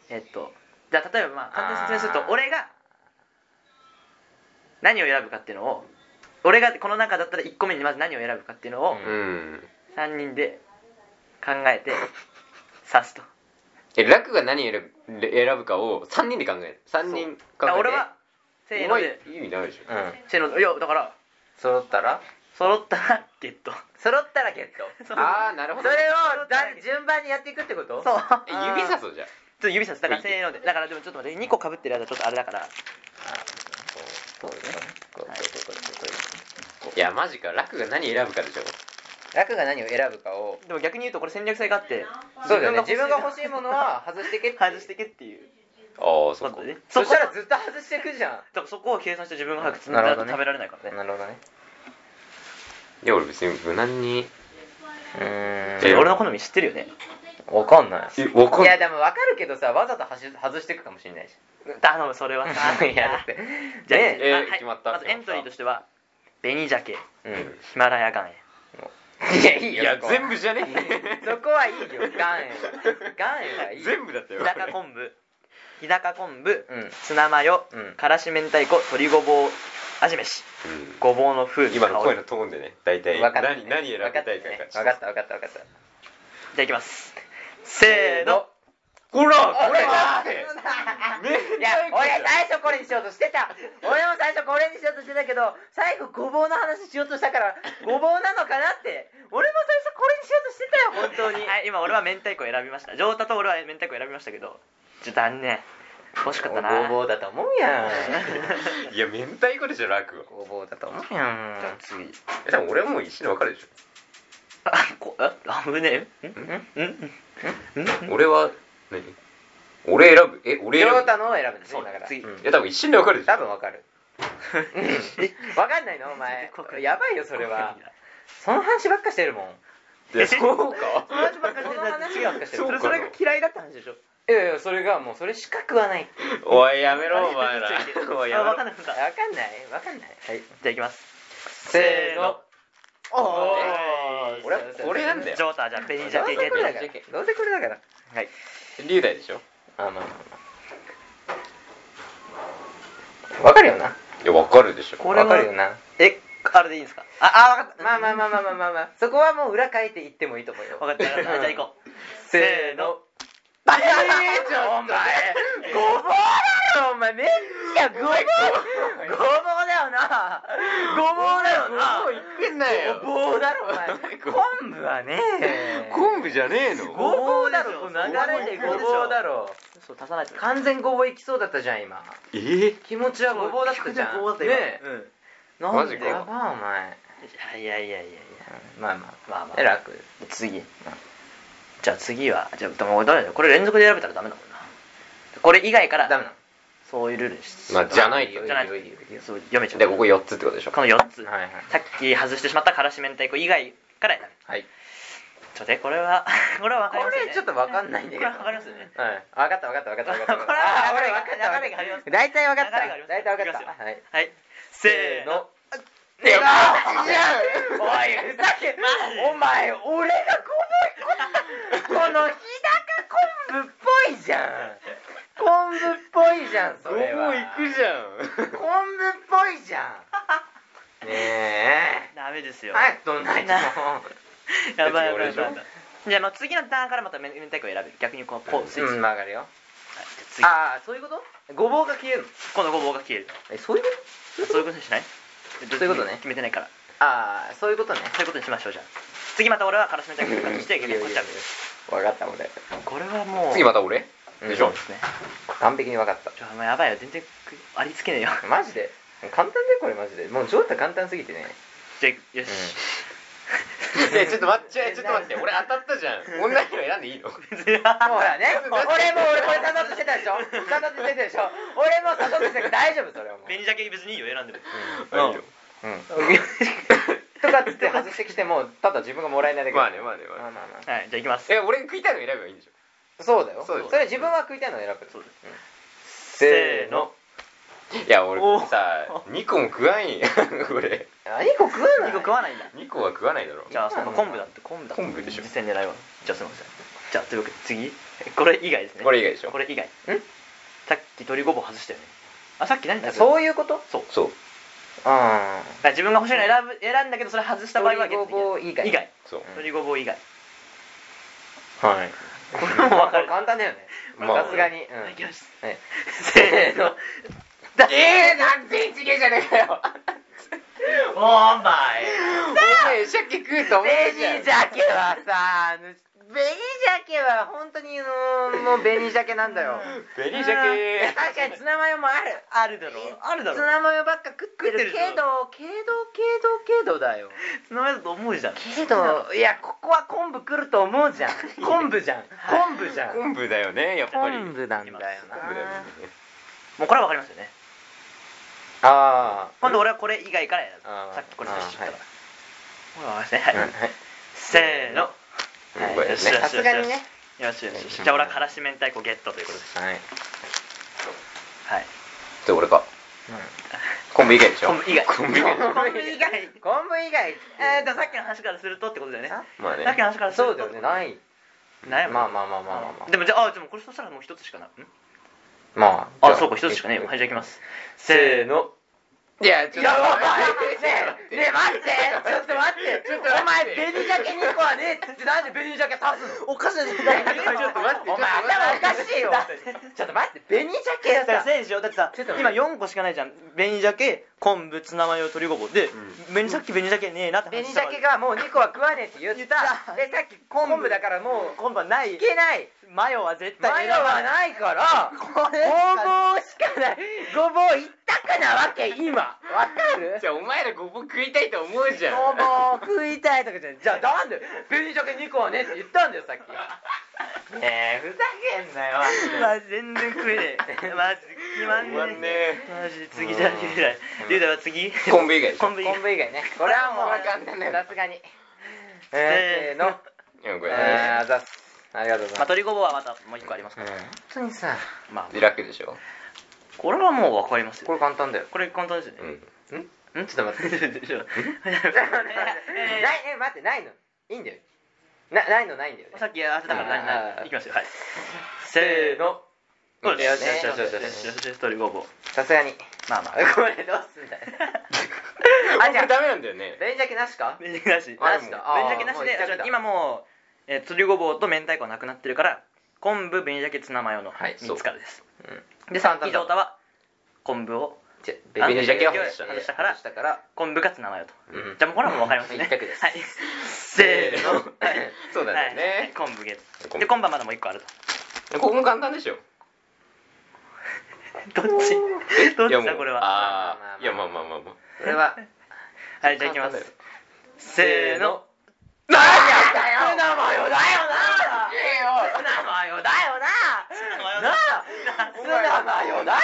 S2: えっとじゃあ例えばまあ簡単に説明する
S1: あ
S2: と
S1: ー
S2: 俺が何を選ぶかっていうのを俺がこの中だったら1個目にまず何を選ぶかっていうのを
S1: うん
S3: うん
S2: 3人で考えて指すと
S3: え楽が何選ぶ選ぶかを3人で考える3人
S2: だ
S3: 考え
S2: か
S3: て
S2: ら俺はせーので
S3: お前意味ないでし
S1: あうん
S2: せーのでいやだから
S1: 揃ったら
S2: 揃ったらゲット
S1: 揃ったらゲット
S3: ょああなるほ
S1: そ
S3: ど
S1: れ
S3: ね
S1: をだ順番にやっていくってこ と
S2: そう
S3: え
S2: ちょ
S3: 指さそうじゃん
S2: っと指さすだからせーのでだからでもちょっと待って2個かぶってるやつはちょっとあれだから
S1: そうね
S3: いやマジか楽が何選ぶかでしょ
S1: 楽が何を選ぶかを
S2: でも逆に言うとこれ戦略性があって
S1: そうだよね自分が欲しいものは外してけって
S2: 外してけっていう
S3: ああそ
S2: こ
S3: っか
S2: とね
S1: そ
S2: そ
S1: し
S2: したた
S1: ら
S2: ら
S1: ずっと外してくじゃ
S2: だからそこを計算して自分が早く積ん
S1: なる
S2: だ
S1: ほど
S2: と
S1: ね
S2: 食べられないから
S1: ん
S2: ね
S1: なるほどね
S3: いや俺別に無難に
S1: うーん
S2: え
S3: え
S2: 俺の好み知ってるよね
S1: わかんない
S3: えわかん
S1: い
S3: な
S1: や
S3: い
S1: でもわかるけどさわざとはし外していくかもしれないし
S2: 頼むそれはさ
S1: い やだって
S2: じゃあ、
S1: ね
S3: え
S2: あはい
S3: 決まった
S2: まずエントリーとしては紅鮭
S1: うん
S2: ヒマラヤ岩塩
S1: いやいい
S3: い
S1: よ
S3: や
S1: そこは
S3: 全部じゃね
S1: そこはいいよ岩塩は岩塩はい
S3: え
S1: いよ
S3: 全部だったよ
S2: 日高昆布日高昆布
S1: うん
S2: ツナマヨ
S1: うん
S2: からし明太子鶏ごぼう味飯
S3: うん
S2: ごぼうの風味
S3: 今の
S2: 香
S3: 声
S2: り
S3: のトーンでね大体
S1: わかったね
S3: 何何選びたいか
S1: わかったねわかったわかったわかった
S2: じゃあいきますせーの
S3: ほらこれ
S1: あ
S3: だ
S1: ーそうだ
S3: めっちゃ
S1: いや俺最初これにしようとしてた俺も最初これにしようとしてたけど最後ごぼうの話しようとしたからごぼうなのかなって俺も最初これにしようとしてたよ本当に
S2: はい今俺は明太子選びました上太と俺は明太子選びましたけどちょっと残念惜しかったな
S1: ごぼうだと思うやん
S3: いや明太子でしょ楽は
S1: ごぼうだと思うやん
S2: じゃあ次
S3: えでも俺はもう一緒に分かるでし
S2: あこえあぶねえん
S1: ん
S2: んん
S3: ょ俺は何俺選ぶえ俺選
S1: 両
S3: ぶ
S1: 太のを選ぶんです
S2: そう
S1: だから
S2: 次
S1: うん
S3: いや多分一瞬で分かるでしょ
S1: 多分わかるわかんないのお前やばいよそれはその話ばっかしてるもん
S3: いやそうか
S2: その話ばっかりして
S1: その話ばっかしてる
S2: それそれが嫌いだった話でしょ
S1: いやいやそれがもうそれしか食わない
S3: おいやめろお
S2: あ
S3: 前らおいや
S2: わ
S3: め
S2: かんな
S3: ろ
S2: くなっ
S1: わ
S2: たじ
S1: かんないわかんないはい
S2: ゃあいきます
S1: せーの
S2: おお
S1: ー
S3: 俺はこれなんだよ
S2: ジョータじゃあペニージャ
S1: どう
S2: ケ
S1: せ
S2: ゲッ
S1: こ
S2: ト
S1: れだからどうせこれだから
S2: はい
S3: 龍大でしょ
S1: あまあまあまあわかるよない
S3: や分かるでしょ
S2: これは
S1: わかるよな
S2: えあれでいいんですかああ分かった
S1: まあまあまあまあまあまあまあそこはもう裏書いていってもいいと思うよ
S2: 分かった分かったじゃあ行こう
S1: せーのえー、ちょお前ごぼうだろお前めっちゃごぼうごぼうだよよなごぼうだよな
S3: ごぼういくんなよ
S1: ごぼうだろお前昆布はね
S3: 昆布じゃねえの
S1: ごぼうだろこの流れでごぼうだろ
S2: そう足さないと
S1: 完全ごぼういきそうだったじゃん今
S3: えー、
S1: 気持ちはごぼうだったじゃん
S2: ごぼうだった
S1: ね
S2: よ
S1: え
S2: うん
S1: な
S3: マ
S1: ん
S3: ジ
S1: で
S3: か
S1: やばいお前
S2: いやいやいやいやいや
S1: まあまあ
S2: まあまあ
S1: え楽
S2: 次じゃあ次はじゃあでもダメだよこれ連続で選べたらダメだもんなこれ以外から
S1: ダメなの
S2: そういうルールです
S3: まあじゃないと
S2: じゃないと
S1: いいよいいよいいよ
S2: そう読めちゃう
S3: でここ4つってことでしょ
S2: この4つ、
S1: はいはい
S2: さっき外してしまったからし明太子以外から選べ
S1: はい
S2: ちょっとねこれは これは分かり
S1: こ
S2: ますよね
S1: れちょっと分かんないんだけ
S2: これは
S1: ど
S2: 分かりますよね
S1: うん分かった分かった分かった分かった
S2: これは
S1: あー俺分かった
S2: 流れがあります
S1: 大体分かった
S2: 流れがあります
S1: 大体分かっ
S2: いきます
S1: た
S2: よ
S1: はい
S2: はいせ ーの
S1: いや
S2: あ
S1: 違うおいふざけお前俺がこのこの日高昆布っぽいじゃん昆布っぽいじゃんそれは
S3: じゃ
S1: 昆布っぽいじゃんねえ
S2: ダメですよ、
S1: はいどんない
S2: なやばいやばい
S3: 俺
S2: や
S3: でしょ
S2: ばいやばいじゃあまあ次のターンからまた明太子を選ぶ逆にこうポーズ、
S1: うん
S2: はい
S1: 曲がるよ
S2: じゃあ
S1: ああそういうことごぼうが消えるの
S2: 次今度ごぼうが消える
S1: えそういうこ
S2: そういうことにしないそう
S1: いうことね
S2: 決めてないから
S1: とああそういうことね
S2: そういうことにしましょうじゃあ次また俺はからし明太子を勝ちして逆にこっちゃう
S1: 分かった俺
S2: これはもう
S3: 次また俺でしょ
S2: そうですね
S1: 完璧に分かった
S2: ちょもうやばいよ全然ありつけねえよ
S1: マジで簡単でこれマジでもうジョータ簡単すぎてね
S2: じゃあよし、
S3: えちょっと待ってちょっと待って俺当たったじゃ ん女には選んでいいの
S1: ほらね、俺も俺これサドってしてたでしょサドってしてたでしょ俺もサドってしてたから大丈夫それはもう
S2: 紅鮭別にいいよ選んでも
S3: あいいよ
S1: うんとかっつって外してきてもただ自分がもらえないだけ
S3: まあねまあね
S1: ま
S3: まあ
S1: あ
S3: ね
S1: まあま
S2: はいじゃあいきます
S3: え俺食いたいの選べばいいんでしょ
S1: あそうだよ
S3: そうです
S1: れ自分は食いたいのを選ぶ
S2: そうで
S1: せーの
S3: いや俺
S2: お
S3: さ2個も食わんやん 俺
S1: あ2個食うな
S2: 2個食わないんだ
S3: 2個は食わないだろ
S2: じゃあその昆布だって昆布だ
S3: 昆布でしょ
S2: 実践狙いはじゃあすいませんじゃあというわけで次これ以外ですね
S3: これ以外でしょ
S2: これ以外さっき鶏ごぼう外したよねあさっき何食べた
S1: そういうこと
S2: そう
S3: そう
S1: あ
S2: だから自分が欲しいの選ぶ選んだけどそれ外した場合は
S1: 鶏ごぼう以外
S2: 以外
S3: そう
S2: 鶏ごぼう以外
S1: あはい
S2: これも分かる
S1: 簡単だよね
S3: まあ
S1: さすがにうん
S2: はいいきます
S1: はい
S2: せーの
S3: えー、なんて一芸じゃねえかよ
S2: オーマイ
S3: お前シャケ食うと思
S1: ベ
S3: う
S1: ニ
S3: じゃん
S1: ジャケはさあのベニジャケは本当にあのもうベニジャケなんだよ
S3: ベニジャ
S1: いや確かにツナマヨもある
S2: あるだろあるだろ
S1: ツナマヨばっか食って
S2: 食っ
S1: る
S2: てるでし
S1: け
S2: ょ
S1: どけどけどけどだよ
S2: つまだと思うじゃん
S1: けどいやここは昆布来ると思うじゃん昆布じゃん昆布じゃん
S3: 昆布だよねやっぱり
S1: 昆布なんだよな
S3: 昆布だよね
S2: もうこれは分かりますよね
S1: あ
S2: 今度俺はこれ以外からやる
S1: あー
S2: さっきこれ最初知ったから
S1: あ
S2: これは分かりますねはいせーの
S3: うん
S2: はい
S3: これ
S2: よ
S3: ね
S2: しよ
S1: さ
S2: し
S1: すがにね
S2: よしよしよしじゃあ俺はからし明太子ゲットということです
S1: は
S2: は
S1: い
S2: い
S3: で俺か昆布以外でしょ
S2: 昆布以外
S3: 昆布以外
S1: 昆布以外昆布以外
S2: えーとさっきの話からするとってことだよね
S1: あ
S3: まあね
S2: さっきの話からすると
S1: そうだよねない
S2: ない
S1: まあまあまあまあまあまあ
S2: でもじゃああでもこれそしたらもう一つしかないん
S1: まあ
S2: あそうか一つしかねえよはいじゃあいきますせーの
S3: いやちょっと
S1: やばいねえねえ待ってちょっと待って
S3: ちょっと待って
S1: お前紅鮭2個はねえってなんで紅鮭足すのおかしいちょっと待って
S3: ちょっと待って
S1: お前頭おかしいよ
S2: だって
S1: ちょっと待って紅鮭
S2: だから
S1: さ
S2: せいでしょだってさ
S1: ちょっと待
S2: 今4
S1: って
S2: 個しかないじゃん紅鮭昆布ツナマヨ鶏ごぼうで、紅さっき紅鮭ねえなって
S1: 紅
S2: 話したから
S1: 鮭がもう2個は食わねえって言ったでさっき昆布だからもう
S2: 昆布はない
S1: いけない
S2: マヨは絶
S1: マ
S2: 対
S1: ヨはないから
S2: こ
S1: ごぼ
S2: れ
S1: うしかないごぼう一択なわけ今わかる
S3: じゃあお前らごぼう食いたいと思うじゃん
S1: ごぼう食いたいとかじゃないじゃあなんで紅鮭2個はねって言ったんだよさっきねえふざけんなよ
S2: まあ全然食えねえマジ決まん
S3: 終わ
S2: ね
S3: んね
S2: えマジ次じゃあ龍大龍大は次
S3: コンビ以外でしょ
S2: コンビ
S1: 昆布以外ねこれはもう
S3: わかんない
S1: さすがに
S2: せー
S1: せー
S2: の
S1: の
S3: うんこれ
S1: えーあざっすありがとうご
S2: まあ
S1: ざいます
S2: 鶏ごぼうはまたもう一個ありますか
S3: うん
S2: ら
S1: 本当にさ
S2: まあ
S3: リラックでしょ
S2: これはもう分かります
S1: こ
S2: よ
S1: れ簡単だよ
S2: これ簡単ですよ
S3: う
S2: ね
S3: ん
S1: んちょ っと待って
S2: でしょ
S1: ないえ待ってないのいいんだよなないのないんだよね
S2: さっきやってたから何
S1: あ
S2: 何
S1: ー
S2: いきますよはいせーの
S3: う
S2: よ
S3: ん
S2: しよしよし
S1: ね
S2: よしよしよ
S1: ね
S2: しよし鶏ごぼう
S1: さすがに
S2: まあ まあ
S1: これどうすんだよあ
S3: あ
S1: じゃあ
S3: ダメなんだよね
S1: レンジャケなしか
S2: 便利なし
S1: なしだあー
S2: 紅鮭なし
S1: もう一
S2: で
S1: 択だ
S2: じゃあ今もうえー鶏ごぼうと明太子なくなってるから昆布紅鮭ツナマヨの
S1: はい
S2: 3つからです、
S1: う
S2: で
S1: 簡
S2: さ
S1: 単
S2: っ
S1: だ
S2: きジョータは昆布を
S3: じゃベビーのジャケを外した
S2: あのジャケを外したから
S1: 外したから
S2: 昆布かツナマヨと、
S3: うん
S2: じゃあもうこれはもう分かりますね、
S1: はい一択です
S2: はい、せー の、はい、
S3: そうなんだよ
S2: はい
S3: ね、
S2: 昆布ゲット
S3: 昆布
S2: で今晩まだもう一個ある
S3: ここも簡単でしょ
S2: とどっち どっ
S3: いや
S2: ち
S3: も
S2: だ
S3: う
S2: これは
S3: あ
S1: まあまあま
S3: あいやまあま
S1: あまあ
S3: あまあまあ
S1: これは
S2: はいじゃあいきますせーの
S1: 何やったよツナマヨだよな
S2: ツナマヨだよな
S1: ツナマヨだよ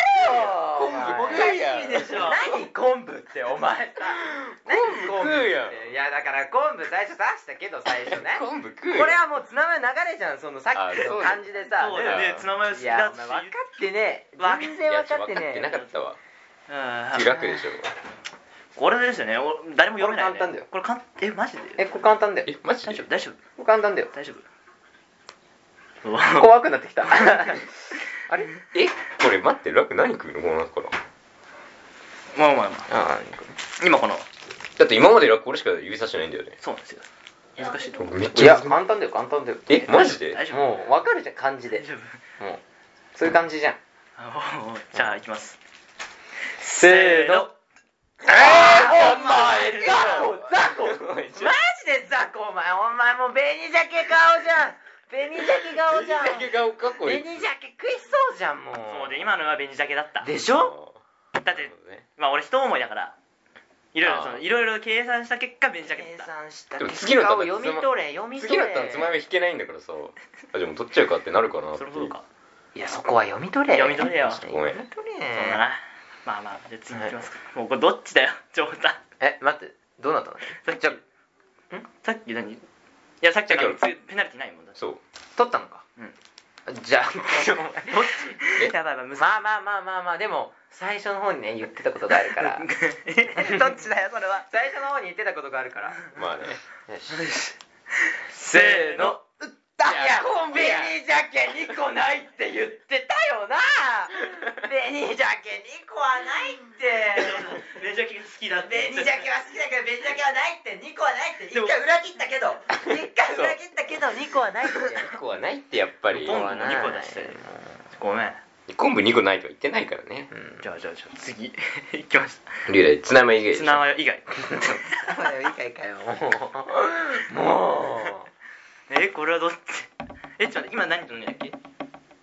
S3: 昆布も
S1: お
S3: う一
S1: かし
S3: 回
S1: い
S3: や
S1: でしょ何昆布ってお前さ何
S3: 昆布食うやん
S1: 昆布っていやだから昆布最初出したけど最初ねこ
S3: 昆布食うよ
S1: れはもうツナマヨ流れじゃんそのさっきの感じでさ
S2: そうだよねツナマヨ好
S1: い
S2: き
S1: や
S2: だ
S1: お
S2: し
S1: 前分かってね
S2: わ
S1: 全
S3: い
S1: 然
S3: や
S1: 分
S3: ちょ
S1: かっ
S3: 分
S1: て
S3: か
S1: ね
S3: ってなかったわ
S2: うん
S3: 気楽でしょ
S2: これですよねお誰も読めないね
S1: これ簡単だよ
S2: これ簡えマジで
S1: えこれ簡単だよ
S3: えマジ
S2: 大
S3: で
S2: 丈夫大丈夫
S1: これ簡単だよ
S2: 大丈夫
S1: 怖くなってきた
S3: あれえこれ待って楽何食うのこの中から
S2: まあまあまあ
S3: ああ
S2: 今この
S3: だって今まで楽これしか指さしてないんだよね
S2: そうなんですよ難しいと思う
S3: めっ
S1: い
S3: ちゃ
S1: や
S3: むずい
S1: 簡単だよ簡単だよ
S3: えマジで
S2: 大丈夫
S1: もう分かるじゃん漢字で
S2: 大丈夫
S1: もうそういう感じじゃん
S2: あおうおうじゃあいきます
S1: せーのえー、お前ザコザコ
S3: お前
S1: マジでザコお前お前もう紅鮭顔じゃん紅鮭顔じゃん
S3: だけ顔かこ
S1: 紅
S3: れ
S1: 鮭食いそうじゃんもう
S2: そうで今のは紅鮭だった
S1: でしょ
S2: だってまあ俺一思いだからいろいろそのいろいろ計算した結果紅鮭
S1: 計
S2: だった
S1: 算した
S3: でも
S1: 結
S3: 次の
S1: 果
S3: 多
S1: を
S3: 分
S1: 読み取れ読み取
S3: 次
S1: れ
S3: だったらつまみ引けないんだからさあでも取っちゃうかってなるかなって
S2: そ
S3: い
S2: りゃそうか
S1: いやそこは読み取れ
S2: 読み取れよ
S3: ごめん
S1: 読み取れ
S2: そうだなまあまあじゃあ次いきますかもうこれどっちだよ 冗談
S1: え待ってどうなったの
S2: さっき
S1: じゃあ
S2: さっき何いやさっきは
S3: さっき
S2: ペナルティないもんだって
S3: そう
S1: 取ったのか
S2: うん
S1: じゃあ
S2: どっちやばいやばい
S1: まあまあまあまあまあでも最初の方にね言ってたことがある から
S2: どっちだよそれは
S1: 最初の方に言ってたことがあるから
S3: まあね
S2: せ
S1: ーのだ
S3: いや
S1: コンビニジャケ2個ないって言ってたよな紅ジャケ2個はないって
S2: 紅鮭が好きだって
S1: 紅ジャケは好きだけど紅ジャケはないって2個はないって
S2: でも
S1: 1回裏切ったけど1回裏切ったけど2個はないって
S3: 2個はないってやっぱり
S2: どんどん2個出してごめん
S3: 昆布2個ないとは言ってないからね
S2: じゃあじゃあじゃあ次 行きまし
S3: リュウダイツナマヨ以外
S2: た
S3: でし
S2: ツ
S3: ょ
S2: ナマヨ以外
S1: そうだよいいかいかよもう
S2: えこれはどっち えちょっと待って今何と何だっけ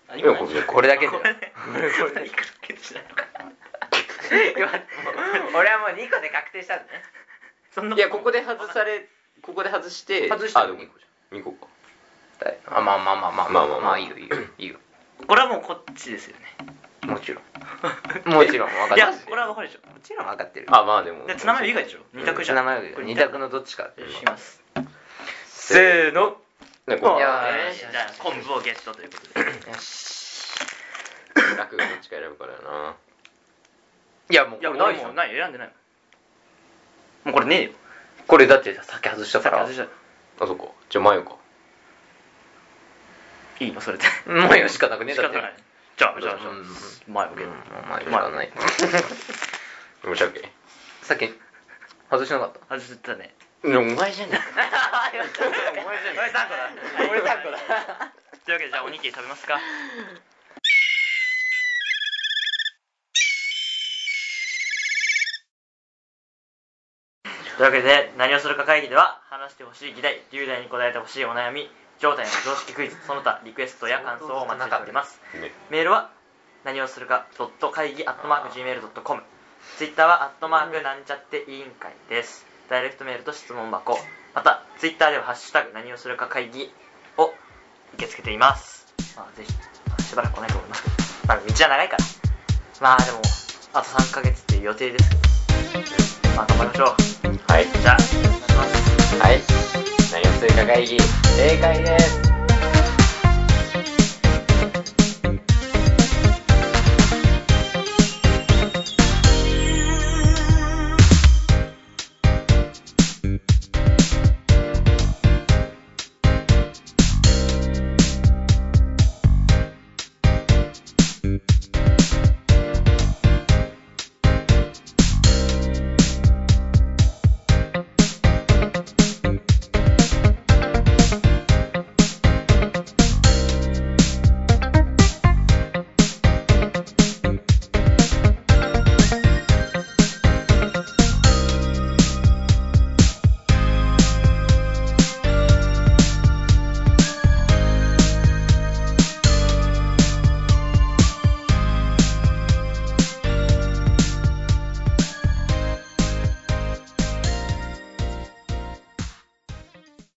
S2: あ
S3: いや
S2: 何
S3: これ
S1: これだけだ よ
S2: これだ
S1: これ
S2: け
S1: だ
S2: いくらけしないのか
S1: 今もう俺はもう2個で確定したのね
S2: そんない
S3: やここで外されここで外して
S1: 外した
S3: あ
S1: の
S3: でも
S1: 2個じ
S3: 2個か
S1: あまあまあまあまあ
S3: まあまあまあ
S1: いいよいいよいいよ
S2: これはもうこっちですよね
S1: もちろんもちろん分かって
S2: い
S1: る
S2: やこれは分かるでしょ
S1: もちろん分かってる
S3: あまあでも
S2: でツナマヨ以外でしょ二択じゃん
S1: 名前を言う
S2: これ
S1: 二択のどっちか
S2: じゃあ引きます
S1: せーの
S3: なん
S1: い
S3: か
S1: や
S2: えーじゃあ昆布をゲットということで
S1: よし
S3: 楽がどっちか選ぶからやない
S1: やもう
S2: いや
S1: これ
S2: 俺
S1: じゃ
S2: も
S1: ん
S2: うない選んでないもんもうこれねえよ
S1: これだって先外した
S2: さ
S1: か
S2: っき
S1: ら
S2: 外し
S3: あそっかじゃあマヨか
S2: たいいのそれで
S1: もうよしかなくね
S2: 仕
S1: だっ
S2: 方
S1: て
S2: ないじゃあじゃあじゃ
S1: うん
S2: あ前をゲット
S1: まあよしかない
S3: でもしゃけ
S1: さっき外しなかった
S2: 外してたね
S3: お前じゃない
S1: お前じゃない俺3個だ
S2: というわけでじゃあおにぎり食べますかというわけで何をするか会議では話してほしい議題10代に答えてほしいお悩み状態の常識クイズその他リクエストや感想をお待ちしております
S3: ね
S2: メールは何をするかドット会議アットマーク Gmail.com ツイッターはアットマークなんちゃって委員会ですダイレクトメールと質問箱またツイッターでは「ハッシュタグ何をするか会議」を受け付けています、まあ、ぜひまあしばらく来ないと思いますけど、まあ、道は長いからまあでもあと3ヶ月っていう予定ですけどまあ頑張りましょう
S3: はい
S2: じゃあお願いします
S3: はい何をするか会議正解です